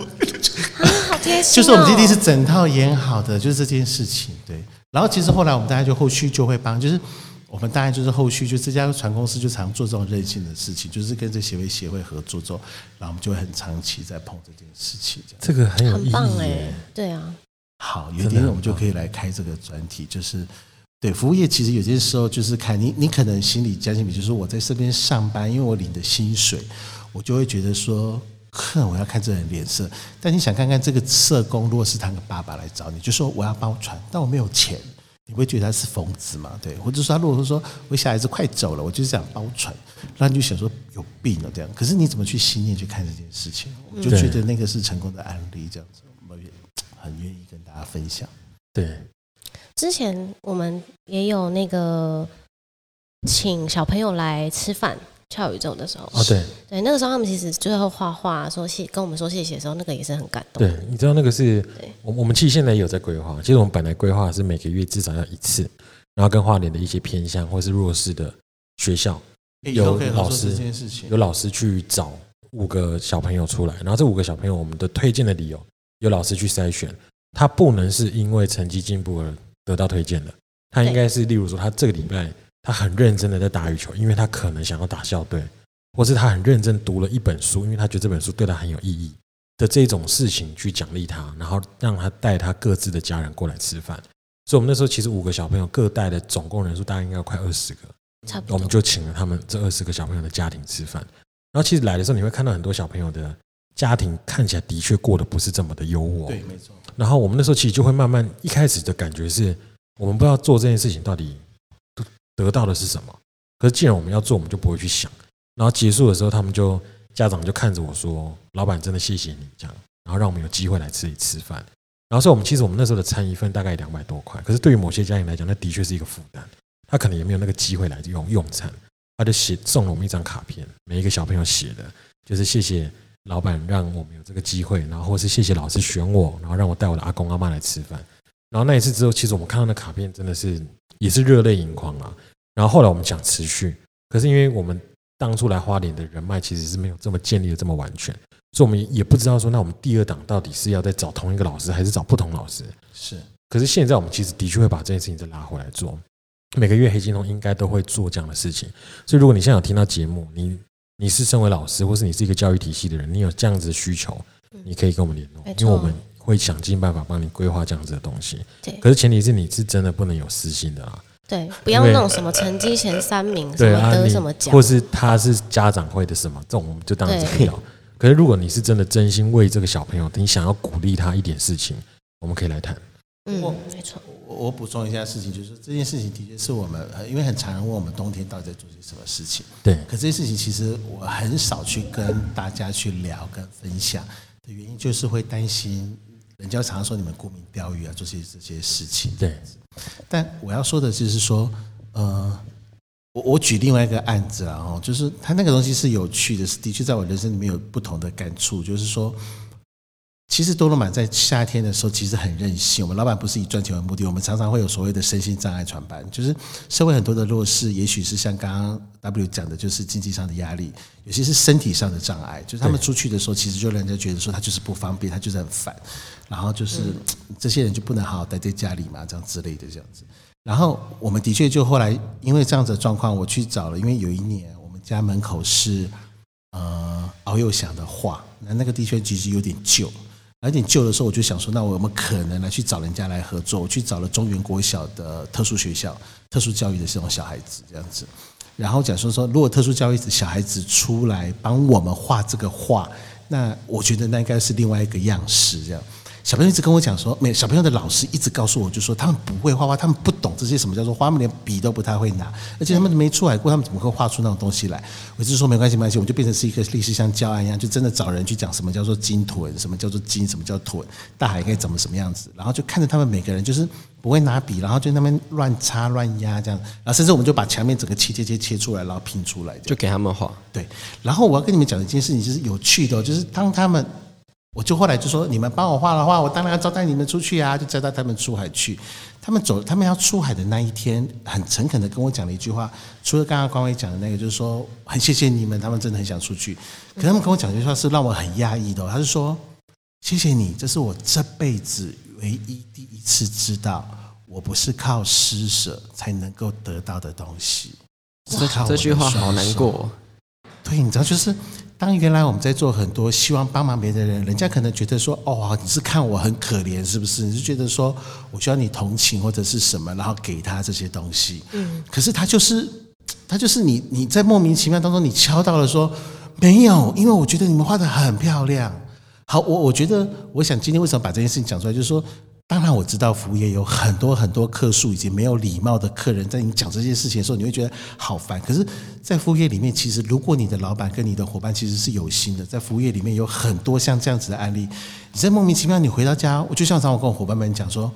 Speaker 3: 好贴
Speaker 1: 就
Speaker 3: 心、哦。
Speaker 1: 是我们这弟是整套演好的，就是这件事情。对，然后其实后来我们大家就后续就会帮，就是我们大概就是后续就这家船公司就常做这种任性的事情，就是跟这协会协会合作之后，然后我们就会很长期在碰这件事情。这样
Speaker 2: 这个很有意
Speaker 3: 很棒
Speaker 2: 义
Speaker 3: 哎、
Speaker 2: 耶。
Speaker 3: 对啊，
Speaker 1: 好，
Speaker 2: 真
Speaker 1: 有
Speaker 2: 的
Speaker 1: 一天
Speaker 2: 很
Speaker 1: 我们就可以来开这个专题，就是对服务业，其实有些时候就是看你，你可能心里将心比，就是我在这边上班，因为我领的薪水，我就会觉得说。哼，我要看这人脸色。但你想看看这个社工，如果是他的爸爸来找你，就说我要包船，但我没有钱，你不会觉得他是疯子嘛？对，或者说他如果说我小孩子快走了，我就是想包船，那你就想说有病了这样。可是你怎么去心念去看这件事情？我就
Speaker 2: 对
Speaker 1: 觉得那个是成功的案例，这样子，我们也很愿意跟大家分享。
Speaker 2: 对，
Speaker 3: 之前我们也有那个请小朋友来吃饭。跳宇宙的时候，
Speaker 2: 哦对
Speaker 3: 对，那个时候他们其实最后画画说谢，跟我们说谢谢的时候，那个也是很感动。
Speaker 2: 对，你知道那个是
Speaker 3: 对
Speaker 2: 我我们其实现在也有在规划，其实我们本来规划是每个月至少要一次，然后跟花莲的一些偏乡或是弱势的学校，
Speaker 1: 欸
Speaker 2: 有
Speaker 1: 以后可以合
Speaker 2: 老
Speaker 1: 作
Speaker 2: 师
Speaker 1: 这件事情
Speaker 2: 有，老师去找五个小朋友出来，然后这五个小朋友我们的推荐的理由有老师去筛选，他不能是因为成绩进步而得到推荐的，他应该是例如说他这个礼拜他很认真的在打羽球，因为他可能想要打校队，或是他很认真读了一本书，因为他觉得这本书对他很有意义的这种事情去奖励他，然后让他带他各自的家人过来吃饭。所以我们那时候其实五个小朋友各带的总共人数大概应该有快二十个，
Speaker 3: 差不
Speaker 2: 我们
Speaker 3: 多。
Speaker 2: 就请了他们这二十个小朋友的家庭吃饭。然后其实来的时候，你会看到很多小朋友的家庭看起来的确过得不是这么的优渥。
Speaker 1: 对，没错，
Speaker 2: 然后我们那时候其实就会慢慢一开始的感觉是，我们不知道做这件事情到底得得到的是什么。可是既然我们要做，我们就不会去想。然后结束的时候，他们就家长就看着我说：“老板真的谢谢你这样，然后让我们有机会来这里吃饭。”然后所以我们其实我们那时候的餐一份大概两百多块，可是对于某些家庭来讲，那的确是一个负担。他可能也没有那个机会来用用餐，他就写送了我们一张卡片，每一个小朋友写的，就是谢谢老板让我们有这个机会，然后或是谢谢老师选我，然后让我带我的阿公阿妈来吃饭。然后那一次之后，其实我们看到那卡片真的是也是热泪盈眶啦。然后后来我们想持续，可是因为我们当初来花莲的人脉其实是没有这么建立的这么完全，所以我们也不知道说，那我们第二档到底是要再找同一个老师，还是找不同老师？
Speaker 1: 是
Speaker 2: 可是现在我们其实的确会把这件事情再拉回来做，每个月黑金龙应该都会做这样的事情。所以如果你现在有听到节目，你你是身为老师，或是你是一个教育体系的人，你有这样子的需求，你可以跟我们联络
Speaker 3: 嗯没，错
Speaker 2: 因为我们会想尽办法帮你规划这样子的东西
Speaker 3: 对。
Speaker 2: 可是前提是你是真的不能有私心的啦，
Speaker 3: 对，不要
Speaker 2: 因为
Speaker 3: 那种什么成绩前三名，什
Speaker 2: 对
Speaker 3: 么
Speaker 2: 啊，
Speaker 3: 得
Speaker 2: 你
Speaker 3: 什么奖
Speaker 2: 或，是他是家长会的什么，这种我们就当然不要。可是如果你是真的真心为这个小朋友，你想要鼓励他一点事情，我们可以来谈。
Speaker 3: 嗯，没错，
Speaker 1: 我我补充一下事情，就是这件事情的确是我们，呃因为很常人问我们冬天到底在做些什么事情。
Speaker 2: 对
Speaker 1: 可这些事情其实我很少去跟大家去聊跟分享的原因，就是会担心人家常说你们沽名钓誉啊，做些这些事情。
Speaker 2: 对，
Speaker 1: 但我要说的就是说，呃，我我举另外一个案子啊，哦，就是他那个东西是有趣的，是的确在我人生里面有不同的感触，就是说。其实多罗满在夏天的时候其实很任性。我们老板不是以赚钱为目的，我们常常会有所谓的身心障碍传班，就是社会很多的弱势，也许是像刚刚 W 讲的，就是经济上的压力，有些是身体上的障碍，就是他们出去的时候，其实就让人家觉得说他就是不方便，他就是很烦，然后就是、这些人就不能好好待在家里嘛，这样之类的这样子。然后我们的确就后来因为这样子的状况，我去找了，因为有一年我们家门口是呃敖幼祥的画，那那个地确其实有点旧，有点旧的时候，我就想说，那我有没有可能来去找人家来合作？我去找了中原国小的特殊学校、特殊教育的这种小孩子这样子，然后讲说说，如果特殊教育小孩子出来帮我们画这个画，那我觉得那应该是另外一个样式这样。小朋友一直跟我讲说，没有小朋友的老师一直告诉我，就说他们不会画画，他们不懂这些什么叫做画，他们连笔都不太会拿，而且他们没出来过，他们怎么会画出那种东西来？我就说没关系，没关系，我们就变成是一个类似像教案一样，就真的找人去讲什么叫做鲸豚，什么叫做鲸，什么叫豚，大海应该怎么什么样子，然后就看着他们每个人就是不会拿笔，然后就那边乱插乱压这样，然后甚至我们就把墙面整个切切切切出来，然后拼出来这样。
Speaker 4: 就给他们画。
Speaker 1: 对，然后我要跟你们讲一件事情，就是有趣的哦、就是当他们，我就后来就说，你们帮我画的话，我当然要招待你们出去啊，就招待他们出海去。他们走，他们要出海的那一天，很诚恳的跟我讲了一句话，除了刚刚光伟讲的那个，就是说很谢谢你们，他们真的很想出去。可他们跟我讲一句话是让我很压抑的哦、他是说谢谢你，这是我这辈子唯一第一次知道。我不是靠施舍才能够得到的东西，
Speaker 4: 这
Speaker 1: 是靠我
Speaker 4: 这
Speaker 1: 的
Speaker 4: 句话好
Speaker 1: 双
Speaker 4: 难
Speaker 1: 手
Speaker 4: 过哦，
Speaker 1: 对，你知道，就是当原来我们在做很多希望帮忙别人的人，人家可能觉得说，哦，你是看我很可怜，是不是？你就觉得说我需要你同情或者是什么，然后给他这些东西。嗯，可是他就是他就是你你在莫名其妙当中，你敲到了说没有，因为我觉得你们画的很漂亮。好，我我觉得，我想今天为什么把这件事情讲出来，就是说，当然我知道服务业有很多很多客数以及没有礼貌的客人，在你讲这件事情的时候，你会觉得好烦。可是，在服务业里面，其实如果你的老板跟你的伙伴其实是有心的，在服务业里面有很多像这样子的案例，你在莫名其妙你回到家，我就像常我跟我伙伴们讲说。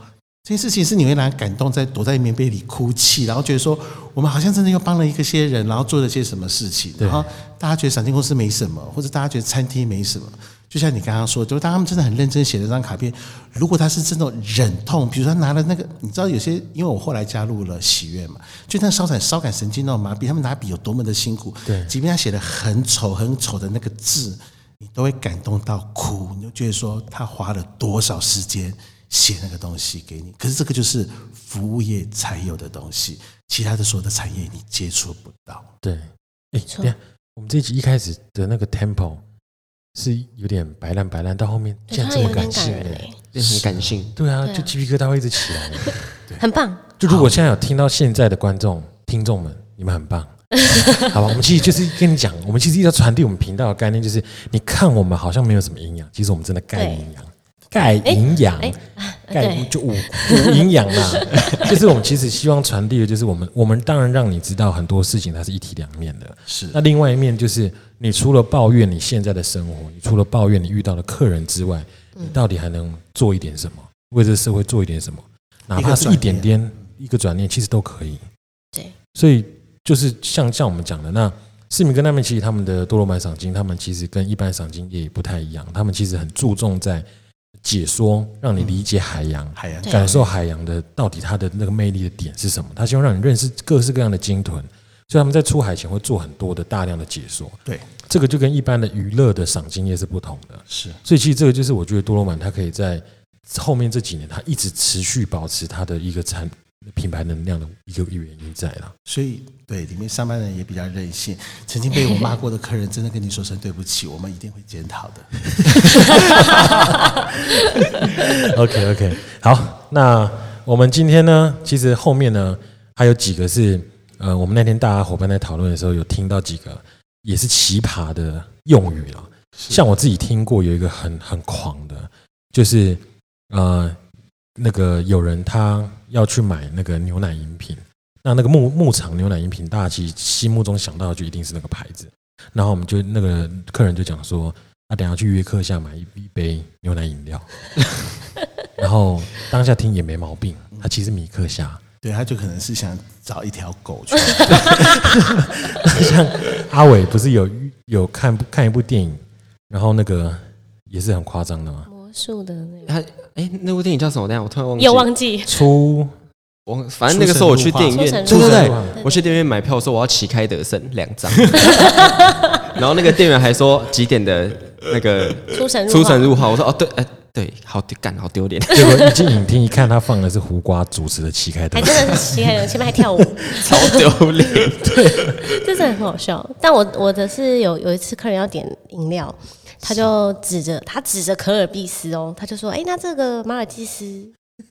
Speaker 1: 这些事情是你会让他感动，在躲在棉被里哭泣，然后觉得说我们好像真的又帮了一个些人，然后做了些什么事情，然后大家觉得赏金公司没什么，或者大家觉得餐厅没什么。就像你刚刚说，就是当他们真的很认真写了张卡片，如果他是这种忍痛，比如说他拿了那个，你知道有些，因为我后来加入了喜悦嘛，就那烧感烧感神经那种麻痹，他们拿笔有多么的辛苦，
Speaker 2: 对
Speaker 1: 即便他写的很丑很丑的那个字，你都会感动到哭，你就觉得说他花了多少时间写那个东西给你。可是这个就是服务业才有的东西，其他的所有的产业你接触不到。
Speaker 2: 对，哎，
Speaker 3: 错
Speaker 2: 等一下我们这一集一开始的那个 tempo 是有点白烂白烂，到后面
Speaker 3: 对
Speaker 2: 竟然
Speaker 3: 他
Speaker 2: 这么
Speaker 3: 有点
Speaker 2: 性
Speaker 3: 感人
Speaker 2: 哎
Speaker 3: 哎，
Speaker 4: 变很感性。
Speaker 2: 对啊，
Speaker 3: 对啊
Speaker 2: 就鸡皮疙瘩会一直起 来。
Speaker 3: 很棒，
Speaker 2: 就如果现在有听到现在的观众听众们，你们很棒，好吧？我们其实就是跟你讲，我们其实一直要传递我们频道的概念，就是你看我们好像没有什么营养，其实我们真的钙营养，钙营养
Speaker 3: 哎，
Speaker 2: 钙
Speaker 3: 对
Speaker 2: 就五五营养啦。 就是我们其实希望传递的，就是我们我们当然让你知道很多事情它是一体两面的，
Speaker 1: 是
Speaker 2: 那另外一面就是，你除了抱怨你现在的生活，你除了抱怨你遇到的客人之外，你到底还能做一点什么？为这社会做一点什么？哪怕是一点点一个转念，其实都可以。
Speaker 3: 对，
Speaker 2: 所以就是像像我们讲的，那市民跟那边其实他们的多罗曼赏金，他们其实跟一般赏金业也不太一样，他们其实很注重在解说，让你理解海洋，
Speaker 1: 海洋
Speaker 3: 对
Speaker 2: 感受海洋的到底它的那个魅力的点是什么？他希望让你认识各式各样的鲸豚，所以他们在出海前会做很多的大量的解说。
Speaker 1: 对，
Speaker 2: 这个就跟一般的娱乐的赏金业是不同的。
Speaker 1: 是
Speaker 2: 所以其实这个就是我觉得多罗满它可以在后面这几年，它一直持续保持它的一个产品牌能量的一个原因在啦。
Speaker 1: 所以对里面上班的人也比较任性。曾经被我骂过的客人，真的跟你说声对不起，我们一定会检讨的。
Speaker 2: OK OK，好，那我们今天呢，其实后面呢还有几个是呃，我们那天大家伙伴在讨论的时候有听到几个也是奇葩的用语啦。像我自己听过有一个很很狂的，就是呃，那个有人他要去买那个牛奶饮品，那那个牧牧场牛奶饮品，大家其实心目中想到的就一定是那个牌子。然后我们就那个客人就讲说，他、等一下去约克下买一一杯牛奶饮料，然后当下听也没毛病，他其实米克夏。
Speaker 1: 对，他就可能是想找一条狗去。
Speaker 2: 像阿伟不是有有看看一部电影，然后那个也是很夸张的嘛，
Speaker 3: 魔术的那个
Speaker 4: 他哎、那部电影叫什么？等一下我突然忘记，
Speaker 3: 又忘记
Speaker 2: 出
Speaker 4: 我反正那个时候我去电影
Speaker 3: 出神
Speaker 4: 院，
Speaker 3: 入化
Speaker 4: 对对
Speaker 2: 出神入化
Speaker 4: 对，我去电影院买票的时候，我要旗开得胜两 张，然后那个店员还说几点的那个
Speaker 3: 出神入
Speaker 4: 出
Speaker 3: 化
Speaker 4: 神入化，我说哦对，哎、对，好干好丢 脸，
Speaker 2: 结果一进影厅一看，他放的是胡瓜主持的《旗开 得
Speaker 3: 还
Speaker 2: 胜》，
Speaker 3: 真的是厉害人，前面还跳舞，
Speaker 4: 超丢脸。
Speaker 3: 这真的很好笑。但我我的是有有一次客人要点饮料，他就指着他指着可尔必斯哦，他就说：“哎、那这个马尔济斯。”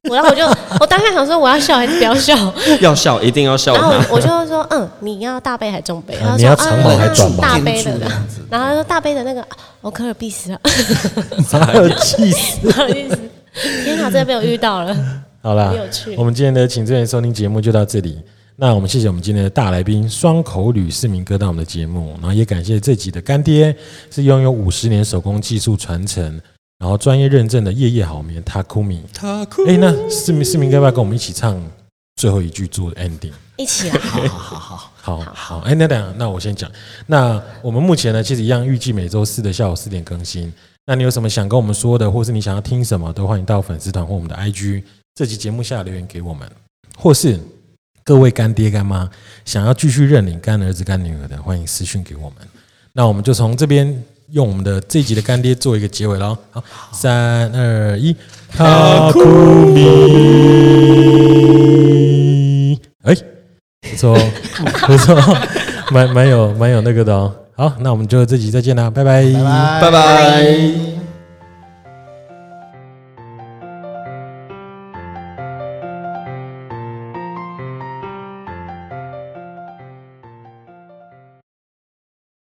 Speaker 3: 我然后我就我当下想说我要笑还是不要笑，
Speaker 4: 要笑一定要笑
Speaker 3: 然后
Speaker 4: 他，
Speaker 3: 我我就说嗯，你要大杯还是中杯？
Speaker 2: 啊
Speaker 3: 他
Speaker 2: 你
Speaker 3: 说
Speaker 2: 要
Speaker 3: 啊，
Speaker 2: 长毛还是短毛
Speaker 3: 那大杯的
Speaker 1: 天柱
Speaker 3: 啦
Speaker 1: 这样子。
Speaker 3: 然后他说大杯的那个，啊哦，可尔必斯啊，
Speaker 2: 还有气死！
Speaker 3: 不好意思，天哪，真的被我遇到了。
Speaker 2: 好啦
Speaker 3: 很有趣，
Speaker 2: 我们今天的请这人收听节目就到这里。那我们谢谢我们今天的大来宾双口吕世明哥到我们的节目，然后也感谢这集的干爹是拥有五十年手工技术传承，然后专业认证的夜夜好眠 Takumi。
Speaker 4: 他哭
Speaker 2: 哎，那世明世明哥要不要跟我们一起唱最后一句做 ending？
Speaker 3: 一起啦，
Speaker 1: 好好好，
Speaker 2: 好好，哎、那等一下，那我先讲。那我们目前呢，其实一样预计每周四的下午四点更新。那你有什么想跟我们说的，或是你想要听什么，都欢迎到粉丝团或我们的 IG 这期节目下留言给我们，或是各位干爹干妈想要继续认领干儿子干女儿的，欢迎私讯给我们。那我们就从这边用我们的这一集的干爹做一个结尾喽。好，三二一，卡库米，哎，不错哦，不错哦，蛮蛮有蛮有那个的哦。好，那我们就这集再见啦，拜拜
Speaker 1: 拜
Speaker 4: 拜拜。